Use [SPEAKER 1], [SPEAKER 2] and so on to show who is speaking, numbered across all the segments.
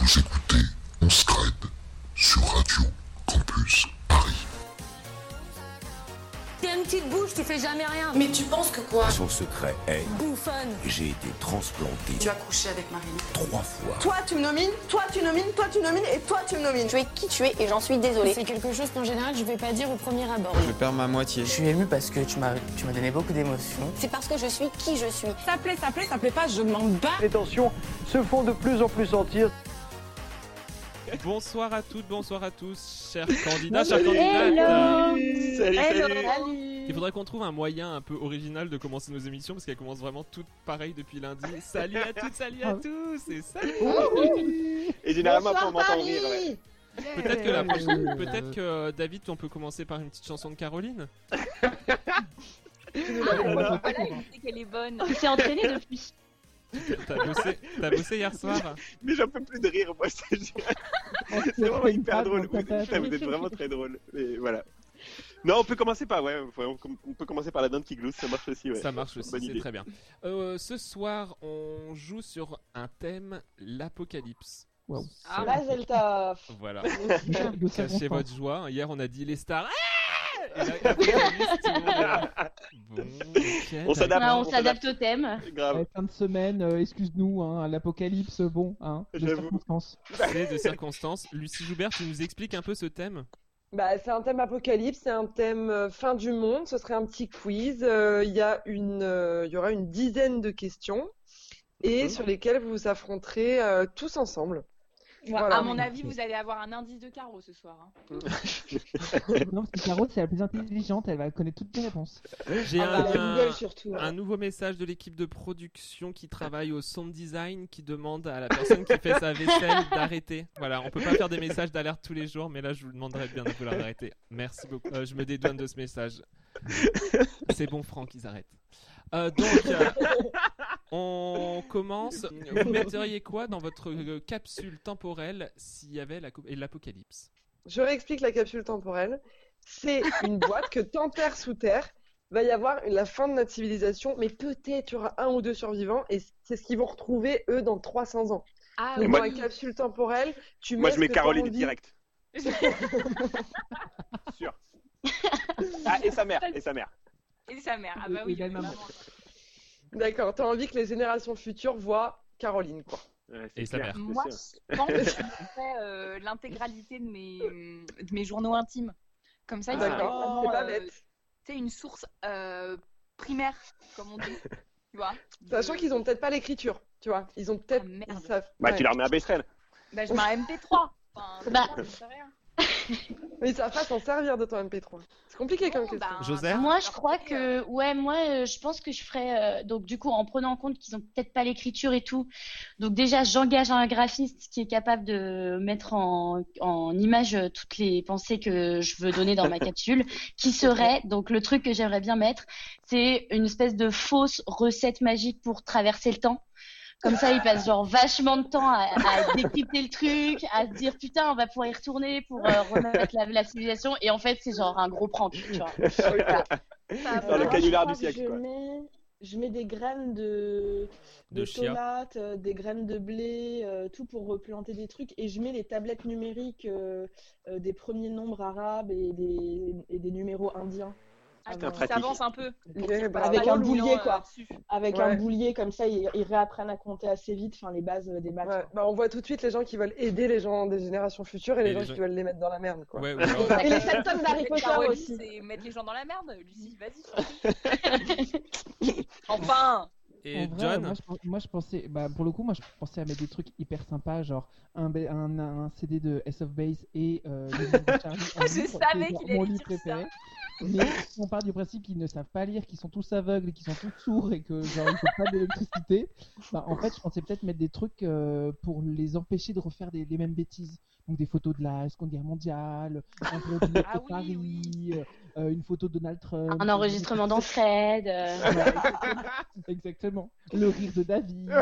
[SPEAKER 1] Vous écoutez On se crête sur Radio Campus Paris.
[SPEAKER 2] T'es une petite bouche, tu fais jamais rien.
[SPEAKER 3] Mais tu penses que quoi
[SPEAKER 4] Son secret est
[SPEAKER 2] Bouffonne.
[SPEAKER 4] j'ai été transplanté
[SPEAKER 3] Tu as couché avec Marine.
[SPEAKER 4] trois fois.
[SPEAKER 5] Toi tu me nomines, toi tu nomines, toi tu nomines et toi tu me nomines.
[SPEAKER 6] Tu es qui tu es et j'en suis désolée.
[SPEAKER 2] C'est quelque chose qu'en général, je vais pas dire au premier abord.
[SPEAKER 7] Je perds ma moitié.
[SPEAKER 8] Je suis émue parce que tu m'as tu m'as donné beaucoup d'émotions.
[SPEAKER 6] C'est parce que je suis qui je suis.
[SPEAKER 2] Ça plaît, ça plaît, ça plaît pas, je m'en bats.
[SPEAKER 9] les tensions se font de plus en plus sentir.
[SPEAKER 10] Bonsoir à toutes, bonsoir à tous, chers candidats, chers candidates.
[SPEAKER 9] Salut,
[SPEAKER 10] Il faudrait qu'on trouve un moyen un peu original de commencer nos émissions parce qu'elles commencent vraiment toutes pareilles depuis lundi. Salut à toutes, salut
[SPEAKER 11] Ah.
[SPEAKER 10] à tous et salut.
[SPEAKER 9] Et généralement, après, on m'entend rire. ouais.
[SPEAKER 10] Peut-être que la
[SPEAKER 11] Euh.
[SPEAKER 10] prochaine, peut-être que euh, David, on peut commencer par une petite chanson de Caroline.
[SPEAKER 11] Ah, bah, qu'elle est bonne. Tu t'es entraînée depuis.
[SPEAKER 10] T'as bossé, t'as bossé hier soir.
[SPEAKER 9] Mais j'en peux plus de rire, moi, c'est C'est vraiment hyper drôle. Vous, putain, vous êtes vraiment très drôle. Mais voilà. Non, on peut commencer par, ouais, ouais, on, com- on peut commencer par la dinde qui glousse, ça marche aussi, ouais.
[SPEAKER 10] Ça marche aussi,
[SPEAKER 9] Bonne
[SPEAKER 10] c'est
[SPEAKER 9] idée.
[SPEAKER 10] très bien. Euh, ce soir, on joue sur un thème l'apocalypse.
[SPEAKER 11] Ah,
[SPEAKER 10] Là,
[SPEAKER 5] c'est le taf.
[SPEAKER 10] Voilà. Cachez votre joie. Hier, on a dit les stars. Ah Et là, l'apocalypse, tout le monde, euh, bon, ok,
[SPEAKER 9] On s'adapte.
[SPEAKER 11] Bah, on s'adapte au thème.
[SPEAKER 9] Grave.
[SPEAKER 7] fin de semaine, euh, excuse-nous, hein, l'apocalypse, bon, hein, de
[SPEAKER 9] J'avoue.
[SPEAKER 7] circonstances.
[SPEAKER 10] C'est de circonstances. Lucie Joubert, tu nous expliques un peu ce thème
[SPEAKER 5] Bah c'est un thème apocalypse, c'est un thème euh, fin du monde, ce serait un petit quiz. Euh, Il y a une euh, il y aura une dizaine de questions et sur lesquelles vous vous affronterez euh, tous ensemble. Voilà.
[SPEAKER 11] À mon avis, vous allez avoir un indice de carreau ce soir. hein.
[SPEAKER 7] non, parce que Caro, c'est la plus intelligente, elle va connaître toutes les réponses.
[SPEAKER 10] J'ai
[SPEAKER 5] Ah, bah,
[SPEAKER 10] un-
[SPEAKER 5] Google surtout.
[SPEAKER 10] Un nouveau message de l'équipe de production qui travaille au sound design qui demande à la personne qui fait sa vaisselle d'arrêter. Voilà, on peut pas faire des messages d'alerte tous les jours, mais là je vous demanderai bien de vouloir arrêter. Merci beaucoup. Euh, je me dédouane de ce message. C'est bon, Franck, ils arrêtent. Euh, donc, euh, on commence. Vous metteriez quoi dans votre euh, capsule temporelle s'il y avait la co- et l'apocalypse
[SPEAKER 5] Je réexplique la capsule temporelle. C'est une boîte que t'enterres sous terre. Va y avoir la fin de notre civilisation, mais peut-être il y aura un ou deux survivants, et c'est ce qu'ils vont retrouver eux dans 300 ans.
[SPEAKER 11] Ah,
[SPEAKER 5] Donc,
[SPEAKER 9] moi-
[SPEAKER 5] dans la capsule temporelle, tu
[SPEAKER 9] Moi,
[SPEAKER 5] mets
[SPEAKER 9] je mets
[SPEAKER 5] ce que t'as
[SPEAKER 9] Caroline
[SPEAKER 5] envie.
[SPEAKER 9] direct. Sûr. Ah, et sa mère, et sa mère.
[SPEAKER 11] Et sa mère. Ah bah oui.
[SPEAKER 7] Et la
[SPEAKER 11] oui,
[SPEAKER 7] maman.
[SPEAKER 11] maman.
[SPEAKER 5] D'accord, t'as envie que les générations futures voient Caroline, quoi.
[SPEAKER 9] Ouais, c'est
[SPEAKER 10] Et sa
[SPEAKER 9] clair.
[SPEAKER 10] mère.
[SPEAKER 11] Moi,
[SPEAKER 9] sûr.
[SPEAKER 11] je pense que je ferais, euh, l'intégralité de mes, de mes journaux intimes. Comme
[SPEAKER 7] Ah,
[SPEAKER 11] ça, il serait
[SPEAKER 5] D'accord,
[SPEAKER 11] vraiment,
[SPEAKER 5] c'est pas
[SPEAKER 11] euh,
[SPEAKER 5] bête.
[SPEAKER 11] tu sais, une source euh, primaire, comme on dit. tu vois
[SPEAKER 5] Sachant
[SPEAKER 11] De-
[SPEAKER 5] qu'ils ont peut-être pas l'écriture, tu vois. Ils ont peut-être.
[SPEAKER 11] Ah, merde.
[SPEAKER 5] ils savent-
[SPEAKER 9] Bah,
[SPEAKER 5] ouais.
[SPEAKER 9] tu leur mets un bestrel.
[SPEAKER 11] Bah, je mets un MP3. Enfin,
[SPEAKER 6] Bah.
[SPEAKER 11] ça sert à rien.
[SPEAKER 5] Mais ils savent pas s'en servir de ton MP3. C'est compliqué comme
[SPEAKER 11] Bon,
[SPEAKER 5] question.
[SPEAKER 11] bah,
[SPEAKER 10] Joseph
[SPEAKER 11] bah,
[SPEAKER 3] Moi,
[SPEAKER 11] bah,
[SPEAKER 3] je crois
[SPEAKER 11] après, euh,
[SPEAKER 3] que, ouais, moi, euh, je pense que je ferais, euh, donc du coup, en prenant en compte qu'ils ont peut-être pas l'écriture et tout, donc déjà, j'engage un graphiste qui est capable de mettre en, en image euh, toutes les pensées que je veux donner dans ma capsule, qui serait, donc le truc que j'aimerais bien mettre, c'est une espèce de fausse recette magique pour traverser le temps. Comme ça, ils passent genre vachement de temps à, à décrypter le truc, à se dire putain, on va pouvoir y retourner pour euh, remettre la, la civilisation. Et en fait, c'est genre un gros prank, tu vois.
[SPEAKER 9] Ah
[SPEAKER 11] ça
[SPEAKER 9] Dans le
[SPEAKER 11] va.
[SPEAKER 9] canular du siècle, quoi.
[SPEAKER 5] Je mets des graines de,
[SPEAKER 10] de Chia
[SPEAKER 5] tomates, euh, des graines de blé, euh, tout pour replanter des trucs. Et je mets les tablettes numériques euh, des premiers nombres arabes et des, et des numéros indiens.
[SPEAKER 11] Ah,
[SPEAKER 9] Putain,
[SPEAKER 11] bon,
[SPEAKER 9] pratique.
[SPEAKER 11] Ça avance un peu.
[SPEAKER 3] bah,
[SPEAKER 11] Bah,
[SPEAKER 5] avec un
[SPEAKER 11] boulier euh,
[SPEAKER 5] boulier, quoi.
[SPEAKER 3] Avec
[SPEAKER 5] hein. Ouais.
[SPEAKER 3] un boulier, comme ça, ils, ils réapprennent à compter assez vite, enfin, les bases euh, des maths.
[SPEAKER 5] Ouais, bah on voit tout de suite les gens qui veulent aider les gens des générations futures et, les, gens qui veulent les mettre dans la merde. Quoi.
[SPEAKER 10] Ouais, ou alors-
[SPEAKER 3] Et les 7 tonnes d'haricots verts
[SPEAKER 11] Caroline,
[SPEAKER 3] aussi.
[SPEAKER 11] Bah, c'est mettre les gens dans la merde. Lucie, vas-y. surtout. enfin
[SPEAKER 10] Et John
[SPEAKER 7] moi, je, pens- moi, je pensais, bah, pour le coup, moi je pensais à mettre des trucs hyper sympas, genre un, ba- un, un CD de S of Base et euh, le livre de Charlie
[SPEAKER 11] Je
[SPEAKER 7] en livre, qui est
[SPEAKER 11] savais
[SPEAKER 7] genre
[SPEAKER 11] qu'il
[SPEAKER 7] mon
[SPEAKER 11] allait
[SPEAKER 7] livre
[SPEAKER 11] dire ça.
[SPEAKER 7] préféré. Mais si on part du principe qu'ils ne savent pas lire, qu'ils sont tous aveugles, et qu'ils sont tous sourds et que genre ils n'ont pas d'électricité, bah, en fait je pensais peut-être mettre des trucs euh, pour les empêcher de refaire des, les mêmes bêtises. Donc des photos de la Seconde Guerre mondiale, un peu de
[SPEAKER 11] Ah oui,
[SPEAKER 7] Paris, euh, une photo de Donald Trump.
[SPEAKER 3] Un enregistrement d'Anfred.
[SPEAKER 5] Ah,
[SPEAKER 3] euh,
[SPEAKER 7] Voilà, exactement. Le rire de David.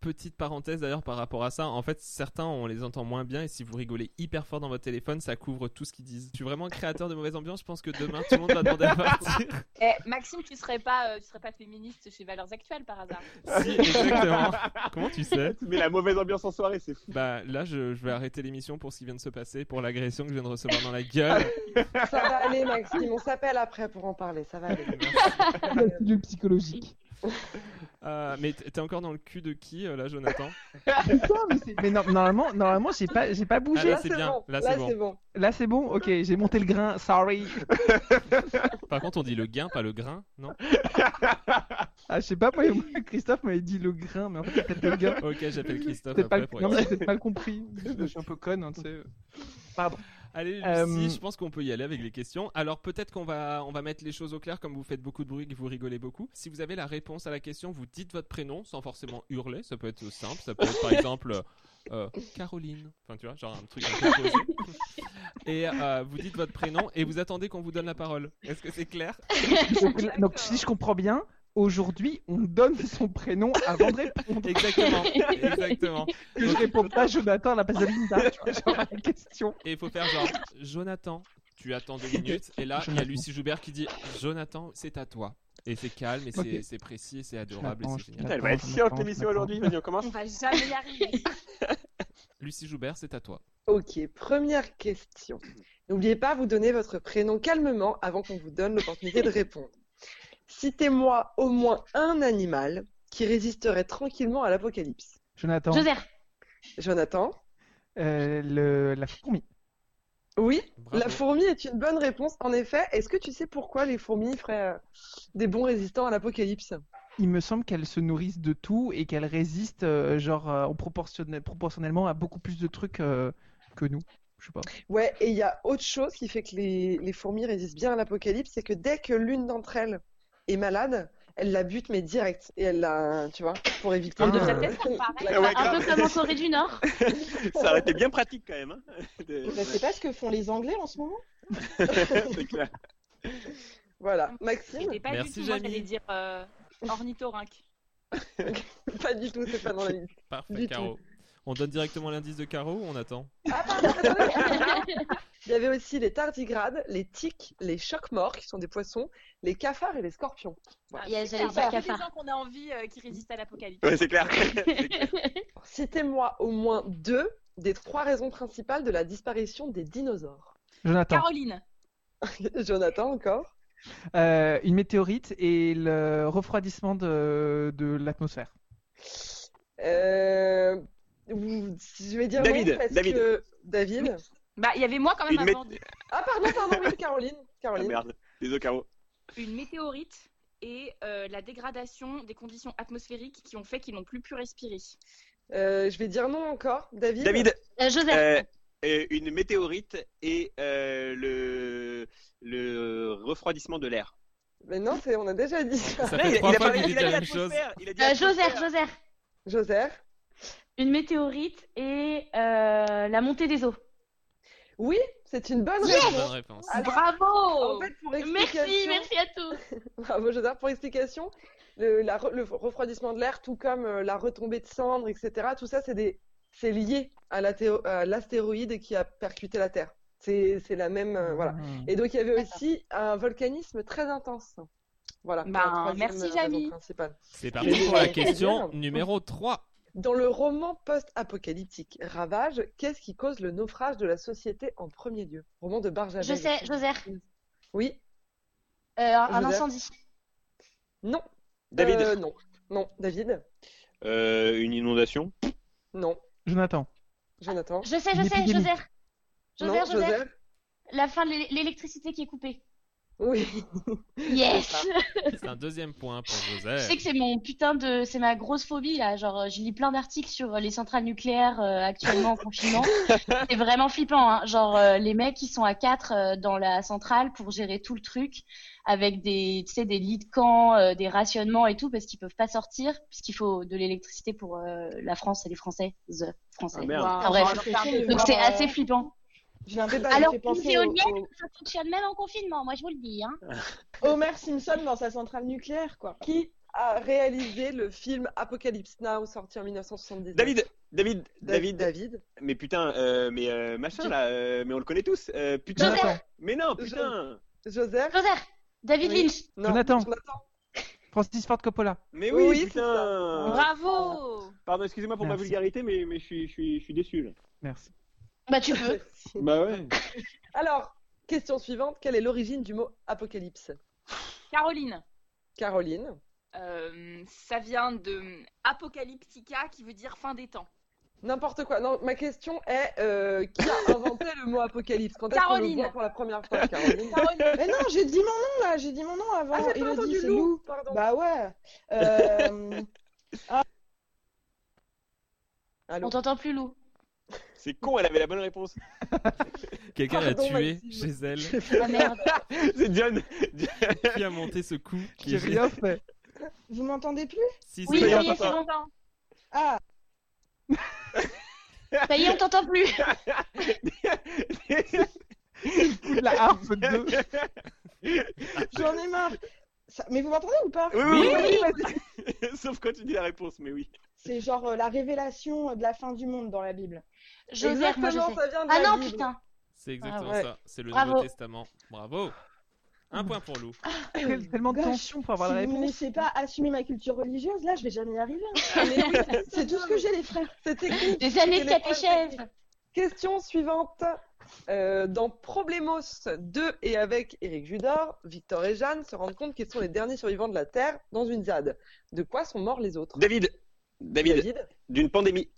[SPEAKER 10] Petite parenthèse d'ailleurs par rapport à ça, en fait certains on les entend moins bien et si vous rigolez hyper fort dans votre téléphone ça couvre tout ce qu'ils disent. Je suis vraiment créateur de mauvaise ambiance, je pense que demain tout le monde va demander à partir.
[SPEAKER 11] Eh, Maxime, tu serais pas, euh, tu serais pas féministe chez Valeurs Actuelles par hasard
[SPEAKER 10] Si, exactement. Comment tu sais
[SPEAKER 9] Mais la mauvaise ambiance en soirée, c'est fou.
[SPEAKER 10] Bah là, je, je vais arrêter l'émission pour ce qui vient de se passer, pour l'agression que je viens de recevoir dans la gueule.
[SPEAKER 5] Ça va aller, Maxime. On s'appelle après pour en parler. Ça va aller.
[SPEAKER 7] du psychologique.
[SPEAKER 10] Euh, mais t- t'es encore dans le cul de qui euh, là, Jonathan
[SPEAKER 7] Putain, mais, c'est- mais non- normalement, normalement, j'ai pas, j'ai pas bougé.
[SPEAKER 10] Ah, là, c'est Là, c'est bien. bon. Là, c'est Là, bon. c'est bon.
[SPEAKER 7] Là, c'est bon. Ok, j'ai monté le grain. Sorry.
[SPEAKER 10] Par contre, on dit le gain, pas le grain, non
[SPEAKER 7] Ah, je sais pas, moi, Christophe m'avait dit le grain, mais en fait, c'est peut-être le gain.
[SPEAKER 10] Ok, j'appelle Christophe
[SPEAKER 7] C'est pas-
[SPEAKER 10] après pour
[SPEAKER 7] Non, mais j'ai
[SPEAKER 10] expliquer.
[SPEAKER 7] peut-être mal compris. Je suis un peu conne, hein, tu sais. Pardon.
[SPEAKER 10] Allez, Lucie,
[SPEAKER 7] Euh,
[SPEAKER 10] je pense qu'on peut y aller avec les questions. Alors peut-être qu'on va, on va mettre les choses au clair, comme vous faites beaucoup de bruit, que vous rigolez beaucoup. Si vous avez la réponse à la question, vous dites votre prénom sans forcément hurler. Ça peut être simple, ça peut être par exemple euh, euh, Caroline. Enfin, tu vois, genre un truc un peu posé. Et euh, vous dites votre prénom et vous attendez qu'on vous donne la parole. Est-ce que c'est clair
[SPEAKER 7] Donc, là- donc, si je comprends bien, aujourd'hui, on donne son prénom avant de répondre.
[SPEAKER 10] Exactement. Exactement.
[SPEAKER 7] Que je réponds pas, Jonathan, à la place de Linda. tu vois, genre, la question.
[SPEAKER 10] Et il faut faire genre Jonathan, tu attends deux minutes. Et là, il y a Lucie Joubert qui dit Jonathan, c'est à toi. Et c'est calme, et c'est
[SPEAKER 9] Ok.
[SPEAKER 10] c'est précis, et c'est adorable.
[SPEAKER 9] Jonathan,
[SPEAKER 10] et c'est génial.
[SPEAKER 9] Putain, elle va être chiante l'émission aujourd'hui. Vas-y, on commence.
[SPEAKER 11] On va jamais y arriver.
[SPEAKER 10] Lucie Joubert, c'est à toi.
[SPEAKER 5] Ok, première question. N'oubliez pas, vous donner votre prénom calmement avant qu'on vous donne l'opportunité de répondre. Citez-moi au moins un animal qui résisterait tranquillement à l'apocalypse.
[SPEAKER 7] Jonathan.
[SPEAKER 5] Jonathan
[SPEAKER 7] Euh, le, la fourmi.
[SPEAKER 5] Oui, la fourmi est une bonne réponse. En effet, est-ce que tu sais pourquoi les fourmis feraient euh, des bons résistants à l'apocalypse
[SPEAKER 7] Il me semble qu'elles se nourrissent de tout et qu'elles résistent, euh, genre, euh, en proportionne- proportionnellement à beaucoup plus de trucs euh, que nous. Je sais pas.
[SPEAKER 5] Ouais, et il y a autre chose qui fait que les, les fourmis résistent bien à l'apocalypse, c'est que dès que l'une d'entre elles est malade, elle la bute mais direct et elle la, tu vois, pour éviter.
[SPEAKER 3] On
[SPEAKER 5] de-
[SPEAKER 7] Ah,
[SPEAKER 3] devrait peut-être comparer.
[SPEAKER 9] Eh
[SPEAKER 5] Ouais, ouais,
[SPEAKER 3] un
[SPEAKER 5] grave.
[SPEAKER 3] peu comme en Corée du Nord.
[SPEAKER 9] Ça aurait été bien pratique quand même. Hein De-
[SPEAKER 12] Je sais pas ce que font les Anglais en ce moment.
[SPEAKER 9] c'est clair.
[SPEAKER 5] Voilà, Maxime.
[SPEAKER 11] Pas du tout, moi, j'allais dire euh, ornithorynque.
[SPEAKER 5] pas du tout, c'est pas dans la liste.
[SPEAKER 10] Parfait,
[SPEAKER 5] Du
[SPEAKER 10] Caro.
[SPEAKER 5] tout.
[SPEAKER 10] On donne directement l'indice de Caro ou on attend
[SPEAKER 12] Ah,
[SPEAKER 5] Il y avait aussi les tardigrades, les tiques, les chocs-morts qui sont des poissons, les cafards et les scorpions. Voilà.
[SPEAKER 11] Ah, super,
[SPEAKER 3] j'allais dire
[SPEAKER 11] bah, tous
[SPEAKER 3] cafard.
[SPEAKER 11] les gens qu'on a envie euh, qui résistent à l'apocalypse.
[SPEAKER 9] Ouais, c'est clair. Ah,
[SPEAKER 5] Citez-moi au moins deux des trois raisons principales de la disparition des dinosaures.
[SPEAKER 7] Jonathan.
[SPEAKER 11] Caroline.
[SPEAKER 5] Jonathan encore.
[SPEAKER 7] Euh, une météorite et le refroidissement de, de l'atmosphère.
[SPEAKER 5] Euh, vous- Je vais dire
[SPEAKER 7] David,
[SPEAKER 5] non parce
[SPEAKER 7] David.
[SPEAKER 5] que David.
[SPEAKER 11] Bah, il y avait moi quand même
[SPEAKER 9] Une mé-
[SPEAKER 11] avant.
[SPEAKER 5] Ah pardon, pardon, oui, Caroline.
[SPEAKER 9] Ah,
[SPEAKER 5] Caroline.
[SPEAKER 9] merde. Désolé, Caro.
[SPEAKER 11] Une météorite et euh, la dégradation des conditions atmosphériques qui ont fait qu'ils n'ont plus pu respirer.
[SPEAKER 5] Euh, je vais dire non encore. David.
[SPEAKER 9] David.
[SPEAKER 11] Joseph.
[SPEAKER 9] Euh, euh, une météorite et euh, le, le refroidissement de l'air.
[SPEAKER 5] Mais non, c'est- on a déjà dit ça.
[SPEAKER 9] fait Là, il a- trois il a fois que parlé- vous dites il a la dit même chose.
[SPEAKER 3] Euh, Joseph, Joseph.
[SPEAKER 5] Joseph.
[SPEAKER 3] Une météorite et euh, la montée des eaux.
[SPEAKER 5] Oui, c'est une bonne
[SPEAKER 3] Yes
[SPEAKER 5] réponse.
[SPEAKER 10] Bonne réponse.
[SPEAKER 5] Alors,
[SPEAKER 3] Bravo
[SPEAKER 5] en fait, pour
[SPEAKER 3] Merci,
[SPEAKER 5] explication-
[SPEAKER 3] merci à tous.
[SPEAKER 5] Bravo Joseph Ah, pour l'explication. Le, la re- le refroidissement de l'air, tout comme euh, la retombée de cendres, etc. Tout ça, c'est des, c'est lié à la théo- à l'astéroïde qui a percuté la Terre. C'est, c'est la même, euh, voilà.
[SPEAKER 7] Hmm.
[SPEAKER 5] Et donc il y avait aussi un volcanisme très intense. Voilà. pour la
[SPEAKER 11] Ben,
[SPEAKER 5] troisième,
[SPEAKER 11] merci,
[SPEAKER 5] euh, raison
[SPEAKER 11] Jamy.
[SPEAKER 5] principale.
[SPEAKER 10] C'est parti pour la question numéro 3.
[SPEAKER 5] Dans le roman post-apocalyptique Ravage, qu'est-ce qui cause le naufrage de la société en premier lieu Roman de Barjavel.
[SPEAKER 3] Je sais, Joseph.
[SPEAKER 5] Oui.
[SPEAKER 3] un un
[SPEAKER 5] Joseph
[SPEAKER 3] incendie.
[SPEAKER 5] Non.
[SPEAKER 9] David.
[SPEAKER 5] Euh, non. Non. David.
[SPEAKER 9] Euh, une inondation.
[SPEAKER 5] Non.
[SPEAKER 7] Jonathan.
[SPEAKER 5] Jonathan.
[SPEAKER 3] Je sais, je sais, Joseph.
[SPEAKER 5] Non,
[SPEAKER 3] Joseph, Joseph.
[SPEAKER 5] Joseph.
[SPEAKER 3] La fin de l'é- l'électricité qui est coupée.
[SPEAKER 5] Oui.
[SPEAKER 3] Yes
[SPEAKER 10] C'est un deuxième point pour
[SPEAKER 3] Je
[SPEAKER 10] Joseph.
[SPEAKER 3] sais que c'est mon putain de. C'est ma grosse phobie là. Genre, euh, je lis plein d'articles sur euh, les centrales nucléaires euh, actuellement en confinement. C'est vraiment flippant. Hein. Genre, euh, les mecs qui sont à 4 dans la centrale pour gérer tout le truc avec des, tu sais, des lits de camp, euh, des rationnements et tout parce qu'ils peuvent pas sortir puisqu'il faut de l'électricité pour euh, la France et les Français. The Français.
[SPEAKER 12] Ah, merde.
[SPEAKER 3] Enfin, bref.
[SPEAKER 12] Wow, c'est chaud de
[SPEAKER 3] Donc, c'est
[SPEAKER 12] voir, euh,
[SPEAKER 3] assez flippant.
[SPEAKER 12] J'ai l'impression que ça me
[SPEAKER 3] Alors,
[SPEAKER 12] fait
[SPEAKER 3] une
[SPEAKER 12] penser au-
[SPEAKER 3] éolienne, ça fonctionne même en confinement, moi je vous le dis. Hein.
[SPEAKER 12] Homer Simpson dans sa centrale nucléaire, quoi. Qui
[SPEAKER 5] a réalisé le film Apocalypse Now sorti en 1979
[SPEAKER 9] David, David, David,
[SPEAKER 5] David.
[SPEAKER 9] Mais putain, euh, mais euh, machin là, euh, mais on le connaît tous. euh, putain.
[SPEAKER 3] Jonathan.
[SPEAKER 9] Mais non, putain.
[SPEAKER 5] Joseph
[SPEAKER 3] Joseph David
[SPEAKER 5] Oui.
[SPEAKER 3] Lynch
[SPEAKER 5] Non,
[SPEAKER 7] Jonathan.
[SPEAKER 5] Jonathan.
[SPEAKER 7] Francis Ford Coppola.
[SPEAKER 9] Mais oui,
[SPEAKER 5] Oui, c'est
[SPEAKER 9] putain.
[SPEAKER 3] Bravo
[SPEAKER 9] Pardon, excusez-moi pour ma
[SPEAKER 7] Merci.
[SPEAKER 9] vulgarité, mais, mais je suis, je suis, je suis déçu là.
[SPEAKER 7] Merci.
[SPEAKER 3] Bah tu peux.
[SPEAKER 9] Bah ouais.
[SPEAKER 5] Alors, question suivante quelle est l'origine du mot apocalypse
[SPEAKER 11] Caroline,
[SPEAKER 5] Caroline
[SPEAKER 11] euh, ça vient de apocalyptica qui veut dire fin des temps.
[SPEAKER 5] N'importe quoi. Non, ma question est euh, qui a inventé le mot apocalypse Quand est-ce qu'on le
[SPEAKER 11] Caroline.
[SPEAKER 5] voit pour la première fois, Caroline
[SPEAKER 11] Caroline,
[SPEAKER 12] Mais non, j'ai dit mon nom là, j'ai dit mon nom avant.
[SPEAKER 5] Ah, j'ai pas
[SPEAKER 12] Élodie,
[SPEAKER 5] entendu
[SPEAKER 12] c'est
[SPEAKER 5] Lou.
[SPEAKER 12] Lou.
[SPEAKER 5] Pardon.
[SPEAKER 12] Bah ouais. Euh,
[SPEAKER 5] Allô
[SPEAKER 3] On t'entend plus Lou.
[SPEAKER 9] C'est con, elle avait la bonne réponse.
[SPEAKER 10] Quelqu'un l'a
[SPEAKER 5] Pardon,
[SPEAKER 10] tué
[SPEAKER 5] Maxime.
[SPEAKER 10] chez elle.
[SPEAKER 3] Ah merde.
[SPEAKER 9] C'est John.
[SPEAKER 10] Qui a monté ce coup qui
[SPEAKER 7] J'ai
[SPEAKER 10] est
[SPEAKER 7] rien fait.
[SPEAKER 12] vous m'entendez plus
[SPEAKER 10] Si,
[SPEAKER 3] Oui,
[SPEAKER 10] c'est
[SPEAKER 3] ça
[SPEAKER 10] bien.
[SPEAKER 3] y est, c'est bon.
[SPEAKER 12] Ah,
[SPEAKER 3] Ça y est, on t'entend plus.
[SPEAKER 7] Coup de la harpe 2.
[SPEAKER 12] j'en ai marre. Ça- Mais vous m'entendez ou pas
[SPEAKER 9] Oui, oui, oui. Sauf quand tu dis la réponse, mais oui.
[SPEAKER 12] C'est genre euh, la révélation de la fin du monde dans la Bible.
[SPEAKER 3] Joseph, moi je
[SPEAKER 5] Exactement,
[SPEAKER 3] sais.
[SPEAKER 5] ça vient de
[SPEAKER 3] Ah
[SPEAKER 5] la
[SPEAKER 3] non,
[SPEAKER 5] Bible.
[SPEAKER 3] putain.
[SPEAKER 10] C'est exactement
[SPEAKER 5] Ah ouais.
[SPEAKER 10] ça. C'est le
[SPEAKER 3] Bravo.
[SPEAKER 10] Nouveau Testament. Bravo. Un point pour Lou.
[SPEAKER 7] Quel- Tellement de
[SPEAKER 12] Gosh,
[SPEAKER 7] tension pour avoir la
[SPEAKER 12] si vous ne me
[SPEAKER 7] réponse.
[SPEAKER 12] laissez pas assumer ma culture religieuse, là, je vais jamais y arriver. hein.
[SPEAKER 5] Mais oui,
[SPEAKER 12] C'est tout ce que j'ai, les frères.
[SPEAKER 5] C'était qui
[SPEAKER 3] Des années de
[SPEAKER 5] C'était les
[SPEAKER 3] catéchèse.
[SPEAKER 5] Question suivante. Euh, dans Problemos 2 et avec Eric Judor, Victor et Jeanne se rendent compte qu'ils sont les derniers survivants de la Terre dans une ZAD. De quoi sont morts les autres
[SPEAKER 9] David. David.
[SPEAKER 5] David
[SPEAKER 9] D'une pandémie.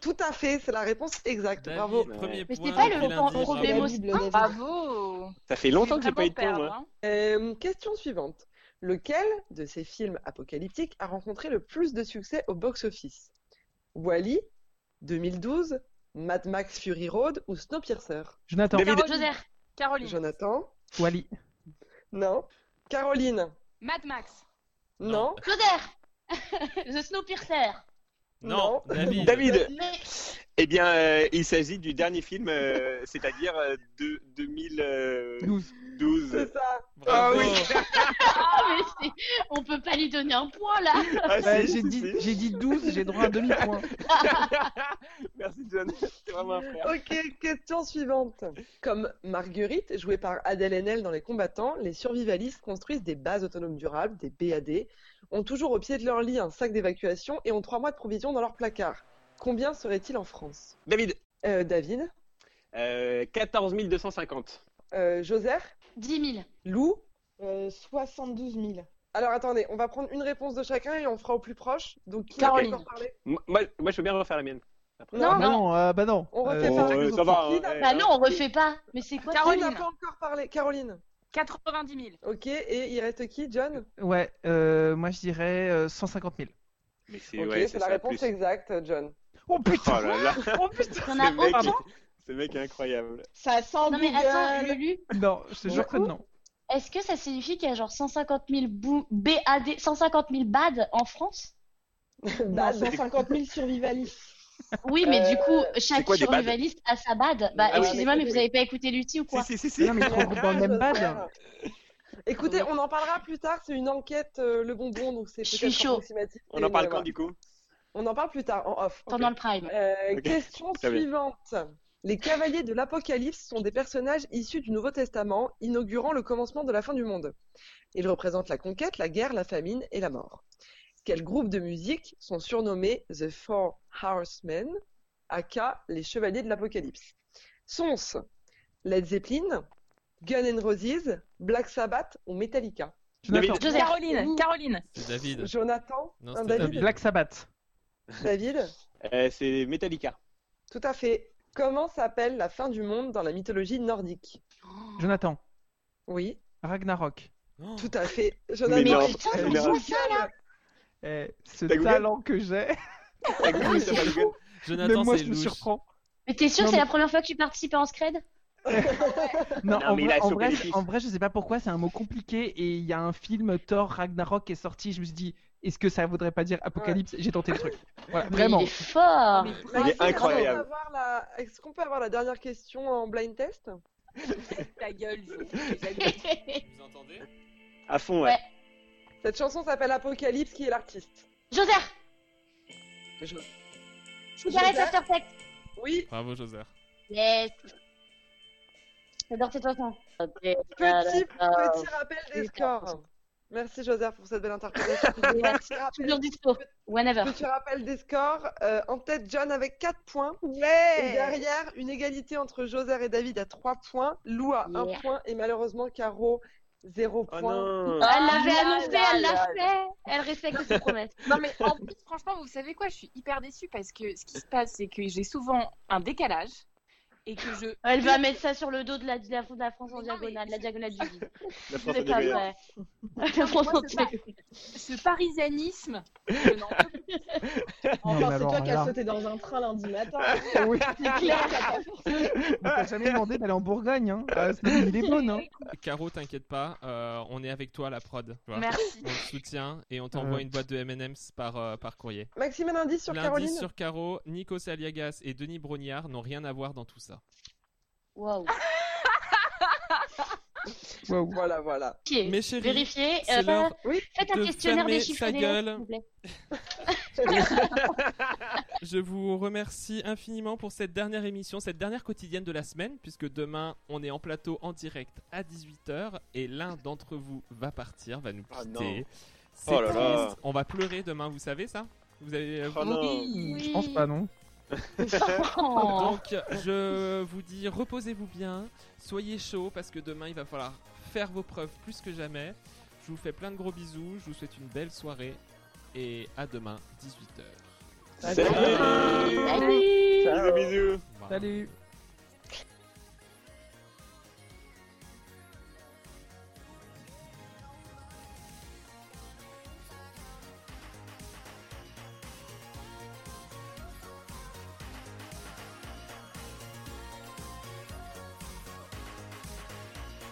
[SPEAKER 5] Tout à fait, c'est la réponse exacte.
[SPEAKER 10] David,
[SPEAKER 5] Bravo.
[SPEAKER 10] premier
[SPEAKER 3] Mais
[SPEAKER 10] point.
[SPEAKER 3] c'était pas le pan-
[SPEAKER 10] depuis lundi, bravo.
[SPEAKER 3] problème aussi.
[SPEAKER 12] Bible, David.
[SPEAKER 11] Bravo
[SPEAKER 9] Ça fait longtemps que j'ai pas eu de hein. temps, moi.
[SPEAKER 11] hein.
[SPEAKER 5] Euh, question suivante. Lequel de ces films apocalyptiques a rencontré le plus de succès au box-office Wally, 2012, Mad Max Fury Road ou Snowpiercer
[SPEAKER 7] Jonathan.
[SPEAKER 9] David.
[SPEAKER 3] Joseph.
[SPEAKER 11] Caroline,
[SPEAKER 5] Jonathan
[SPEAKER 7] Wally.
[SPEAKER 5] Non. Caroline
[SPEAKER 11] Mad Max,
[SPEAKER 5] Non.
[SPEAKER 3] Joseph. The Snowpiercer.
[SPEAKER 10] Non,
[SPEAKER 5] Non.
[SPEAKER 10] David.
[SPEAKER 9] David.
[SPEAKER 3] Mais
[SPEAKER 9] Eh bien, euh, il s'agit du dernier film, euh, c'est-à-dire euh, de euh, 2012.
[SPEAKER 7] 12.
[SPEAKER 5] C'est ça.
[SPEAKER 10] Bravo.
[SPEAKER 9] Ah
[SPEAKER 3] Ah, mais c'est- on peut pas lui donner un point là.
[SPEAKER 9] Ah,
[SPEAKER 7] Bah,
[SPEAKER 9] si,
[SPEAKER 7] j'ai
[SPEAKER 9] si,
[SPEAKER 7] dit,
[SPEAKER 9] si.
[SPEAKER 7] j'ai dit 12, j'ai droit à un demi-point.
[SPEAKER 9] Merci John, c'est vraiment un frère.
[SPEAKER 5] Ok, question suivante. Comme Marguerite, jouée par Adèle Haenel dans Les Combattants, les survivalistes construisent des bases autonomes durables, des BAD, ont toujours au pied de leur lit un sac d'évacuation et ont trois mois de provisions dans leur placard. Combien serait-il en France
[SPEAKER 9] Bah, David,
[SPEAKER 5] Euh, David
[SPEAKER 9] euh, 14 250.
[SPEAKER 5] Euh, Joseph
[SPEAKER 3] 10 000.
[SPEAKER 5] Lou
[SPEAKER 12] Euh, 72 000.
[SPEAKER 5] Alors attendez, on va prendre une réponse de chacun et on fera au plus proche. Donc qui
[SPEAKER 3] Caroline.
[SPEAKER 5] va encore parler
[SPEAKER 9] Moi, moi, moi, je veux bien refaire la mienne.
[SPEAKER 7] Ah
[SPEAKER 3] Non,
[SPEAKER 7] bah
[SPEAKER 3] non.
[SPEAKER 7] non, euh, bah non.
[SPEAKER 5] On refait
[SPEAKER 7] Euh,
[SPEAKER 5] pas.
[SPEAKER 7] c'est
[SPEAKER 9] ouais,
[SPEAKER 7] les
[SPEAKER 9] ça
[SPEAKER 7] autres.
[SPEAKER 9] va. hein,
[SPEAKER 5] Qui va-
[SPEAKER 9] ouais,
[SPEAKER 3] Bah
[SPEAKER 9] hein.
[SPEAKER 3] non, on refait pas. Mais c'est quoi
[SPEAKER 5] Qui n'a
[SPEAKER 11] Caroline.
[SPEAKER 5] pas encore parlé Caroline.
[SPEAKER 11] 90 000.
[SPEAKER 5] Ok, et il reste qui, John
[SPEAKER 7] Ouais, euh, moi je dirais euh, 150 000.
[SPEAKER 9] Mais c'est
[SPEAKER 5] Ok,
[SPEAKER 9] ouais,
[SPEAKER 5] c'est
[SPEAKER 9] c'est
[SPEAKER 5] la
[SPEAKER 9] ça,
[SPEAKER 5] réponse
[SPEAKER 9] plus.
[SPEAKER 5] exacte, John.
[SPEAKER 7] Oh
[SPEAKER 9] Oh
[SPEAKER 7] putain
[SPEAKER 9] là là,
[SPEAKER 7] Oh putain
[SPEAKER 3] T'en
[SPEAKER 9] ce
[SPEAKER 3] as
[SPEAKER 9] mec,
[SPEAKER 3] autant
[SPEAKER 9] ce mec est incroyable.
[SPEAKER 12] Ça
[SPEAKER 5] Ah,
[SPEAKER 12] sent
[SPEAKER 3] Non, mais attends, Lulu,
[SPEAKER 7] Non, je te
[SPEAKER 5] Du
[SPEAKER 7] jure que
[SPEAKER 5] coup,
[SPEAKER 7] non.
[SPEAKER 3] est-ce que ça signifie qu'il y a genre 150 000 bou- BAD, 150 000 BAD en France
[SPEAKER 12] Bah, 150 000 survivalistes.
[SPEAKER 3] Oui, mais du coup, chaque
[SPEAKER 9] quoi des BAD
[SPEAKER 3] survivaliste a sa BAD. Bah,
[SPEAKER 5] Ah oui,
[SPEAKER 3] excusez-moi,
[SPEAKER 5] mais
[SPEAKER 3] mais
[SPEAKER 5] c'est-
[SPEAKER 3] vous avez pas écouté l'outil ou quoi
[SPEAKER 9] Si, si, si, si.
[SPEAKER 7] Non, mais ils se regroupent dans le même bad.
[SPEAKER 5] Écoutez, on en parlera plus tard, c'est une enquête euh, le bonbon, donc c'est
[SPEAKER 3] Je
[SPEAKER 5] peut-être
[SPEAKER 3] suis chaud.
[SPEAKER 5] approximatif.
[SPEAKER 9] On
[SPEAKER 5] Et
[SPEAKER 9] en parle quand
[SPEAKER 5] voilà.
[SPEAKER 9] du coup
[SPEAKER 5] On en parle plus tard, en off.
[SPEAKER 3] pendant le prime
[SPEAKER 5] Euh,
[SPEAKER 9] Ok.
[SPEAKER 5] Question
[SPEAKER 9] Très bien.
[SPEAKER 5] suivante. Les cavaliers de l'Apocalypse sont des personnages issus du Nouveau Testament, inaugurant le commencement de la fin du monde. Ils représentent la conquête, la guerre, la famine et la mort. Quel groupe de musique sont surnommés The Four Horsemen, aka les Chevaliers de l'Apocalypse Sont-ce Led Zeppelin, Guns N' Roses, Black Sabbath ou Metallica
[SPEAKER 7] Jonathan.
[SPEAKER 3] Joseph.
[SPEAKER 11] Caroline, Caroline,
[SPEAKER 10] C'est David.
[SPEAKER 5] Jonathan
[SPEAKER 10] Non,
[SPEAKER 5] un
[SPEAKER 10] c'était
[SPEAKER 5] David,
[SPEAKER 7] Euh, Black Sabbath.
[SPEAKER 5] David
[SPEAKER 9] Euh, C'est Metallica.
[SPEAKER 5] Tout à fait. Comment s'appelle la fin du monde dans la mythologie nordique
[SPEAKER 7] Jonathan.
[SPEAKER 5] Oui,
[SPEAKER 7] Ragnarok.
[SPEAKER 10] Oh,
[SPEAKER 5] tout à fait.
[SPEAKER 9] Mais non,
[SPEAKER 3] putain, c'est
[SPEAKER 9] mais non.
[SPEAKER 3] quoi ça là
[SPEAKER 7] Eh, ce
[SPEAKER 9] T'as googlé
[SPEAKER 7] talent que j'ai,
[SPEAKER 9] Ah, Google, ça va, Google.
[SPEAKER 7] même
[SPEAKER 10] Jonathan,
[SPEAKER 7] moi
[SPEAKER 10] c'est
[SPEAKER 7] je me
[SPEAKER 10] louche.
[SPEAKER 7] surprends.
[SPEAKER 3] Mais t'es sûr
[SPEAKER 7] Non,
[SPEAKER 3] que c'est
[SPEAKER 7] mais-
[SPEAKER 3] la première fois que tu participes à En Scred
[SPEAKER 7] Non,
[SPEAKER 9] Non,
[SPEAKER 7] en,
[SPEAKER 9] mais il
[SPEAKER 7] vrai,
[SPEAKER 9] a
[SPEAKER 7] en,
[SPEAKER 9] sauvé
[SPEAKER 7] vrai,
[SPEAKER 9] les
[SPEAKER 7] je-
[SPEAKER 9] fils.
[SPEAKER 7] en vrai, je sais pas pourquoi, c'est un mot compliqué et il y a un film Thor Ragnarok qui est sorti. Je me suis dit, est-ce que ça voudrait pas dire Apocalypse J'ai tenté le truc. Voilà,
[SPEAKER 3] Mais
[SPEAKER 7] vraiment.
[SPEAKER 3] Il est
[SPEAKER 11] Ah.
[SPEAKER 3] fort
[SPEAKER 9] Il est incroyable.
[SPEAKER 5] Est-ce qu'on peut avoir la- Est-ce qu'on peut avoir la dernière question en blind test
[SPEAKER 11] ta gueule. Jo.
[SPEAKER 10] Vous entendez
[SPEAKER 9] À fond,
[SPEAKER 3] Ouais.
[SPEAKER 9] ouais.
[SPEAKER 5] Cette chanson s'appelle Apocalypse, qui est l'artiste
[SPEAKER 3] Joser
[SPEAKER 5] Je-
[SPEAKER 3] Cigarette
[SPEAKER 5] Joser
[SPEAKER 3] Afterpet
[SPEAKER 5] Oui
[SPEAKER 10] Bravo, Joser.
[SPEAKER 3] Yes J'adore cette chanson. Petit,
[SPEAKER 5] Petit, petit rappel des scores. Merci Joseph pour cette belle interprétation. Petit rappel, Petit rappel des scores. Euh, en tête, John avec 4 points. Et derrière, une égalité entre Joseph et David à 3 points. Lou à 1
[SPEAKER 3] Yeah.
[SPEAKER 5] point. Et malheureusement, Caro, 0 point.
[SPEAKER 3] Elle l'avait annoncé, elle Ah, l'a fait. Elle respecte ses promesses.
[SPEAKER 11] Non mais en plus, franchement, vous savez quoi Je suis hyper déçue parce que ce qui se passe, c'est que j'ai souvent un décalage et que je.
[SPEAKER 3] Elle va mettre ça sur le dos de la, de la, de la France en diagonale, la diagonale du vide.
[SPEAKER 9] La France
[SPEAKER 3] C'est
[SPEAKER 9] en
[SPEAKER 3] pas
[SPEAKER 9] diagonale.
[SPEAKER 3] vrai. La France
[SPEAKER 11] Moi,
[SPEAKER 3] en
[SPEAKER 11] ce, par- ce parisianisme. je n'en peux plus.
[SPEAKER 7] Non,
[SPEAKER 12] Enfin,
[SPEAKER 7] mais
[SPEAKER 12] c'est
[SPEAKER 7] alors
[SPEAKER 12] toi qui
[SPEAKER 7] là.
[SPEAKER 12] as sauté dans un train lundi matin.
[SPEAKER 7] Oui.
[SPEAKER 12] C'est clair, t'as pas forcé.
[SPEAKER 7] On t'a jamais demandé d'aller en Bourgogne, hein. Ah, cette idée, il est bonne, hein.
[SPEAKER 10] Caro, t'inquiète pas, euh, on est avec toi à la prod. tu vois.
[SPEAKER 11] Merci.
[SPEAKER 10] On te soutient et on t'envoie
[SPEAKER 7] Euh.
[SPEAKER 10] une boîte de M&M's par, euh, par courrier.
[SPEAKER 5] Maxime, un indice sur
[SPEAKER 10] L'indice
[SPEAKER 5] Caroline
[SPEAKER 10] sur Caro, Nico Saliagas et Denis Brognard n'ont rien à voir dans tout ça.
[SPEAKER 3] Waouh.
[SPEAKER 5] Voilà, voilà.
[SPEAKER 10] Mes chéris,
[SPEAKER 3] Vérifiez.
[SPEAKER 10] c'est
[SPEAKER 3] euh,
[SPEAKER 10] l'heure
[SPEAKER 3] faites un
[SPEAKER 10] de
[SPEAKER 3] questionnaire
[SPEAKER 10] fermer
[SPEAKER 3] des
[SPEAKER 10] sa
[SPEAKER 3] chiffres et des lettres,
[SPEAKER 10] gueule.
[SPEAKER 3] s'il vous plaît.
[SPEAKER 10] Je vous remercie infiniment pour cette dernière émission, cette dernière quotidienne de la semaine, puisque demain on est en plateau en direct à 18h et l'un d'entre vous va partir, va nous
[SPEAKER 9] Ah non.
[SPEAKER 10] quitter. C'est
[SPEAKER 9] Oh là là.
[SPEAKER 10] triste. On va pleurer demain, vous savez ça Vous avez. vous-
[SPEAKER 9] Oh non.
[SPEAKER 7] Je pense pas, non.
[SPEAKER 3] Oh.
[SPEAKER 10] Donc, je vous dis, reposez-vous bien, soyez chaud parce que demain il va falloir faire vos preuves plus que jamais. Je vous fais plein de gros bisous, je vous souhaite une belle soirée et à demain 18h.
[SPEAKER 9] Salut. Bisous, bisous.
[SPEAKER 7] Salut.